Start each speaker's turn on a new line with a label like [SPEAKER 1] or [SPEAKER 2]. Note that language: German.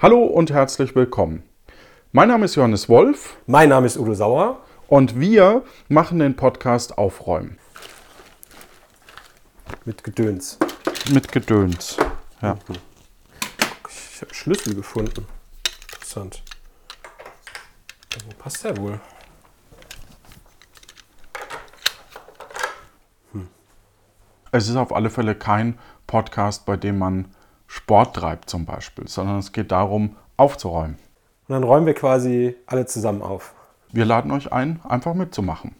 [SPEAKER 1] Hallo und herzlich willkommen. Mein Name ist Johannes Wolf
[SPEAKER 2] Mein Name ist Udo Sauer.
[SPEAKER 1] und wir machen den Podcast Aufräumen
[SPEAKER 2] Mit Gedöns.
[SPEAKER 1] mit Gedöns. Ja.
[SPEAKER 2] Ich habe Schlüssel gefunden. Interessant. Wo passt der wohl? Hm.
[SPEAKER 1] Es ist auf alle Fälle kein Podcast, bei dem man Sport treibt zum Beispiel, sondern es geht darum, aufzuräumen.
[SPEAKER 2] Und dann räumen wir quasi alle zusammen auf.
[SPEAKER 1] Wir laden euch ein, einfach mitzumachen.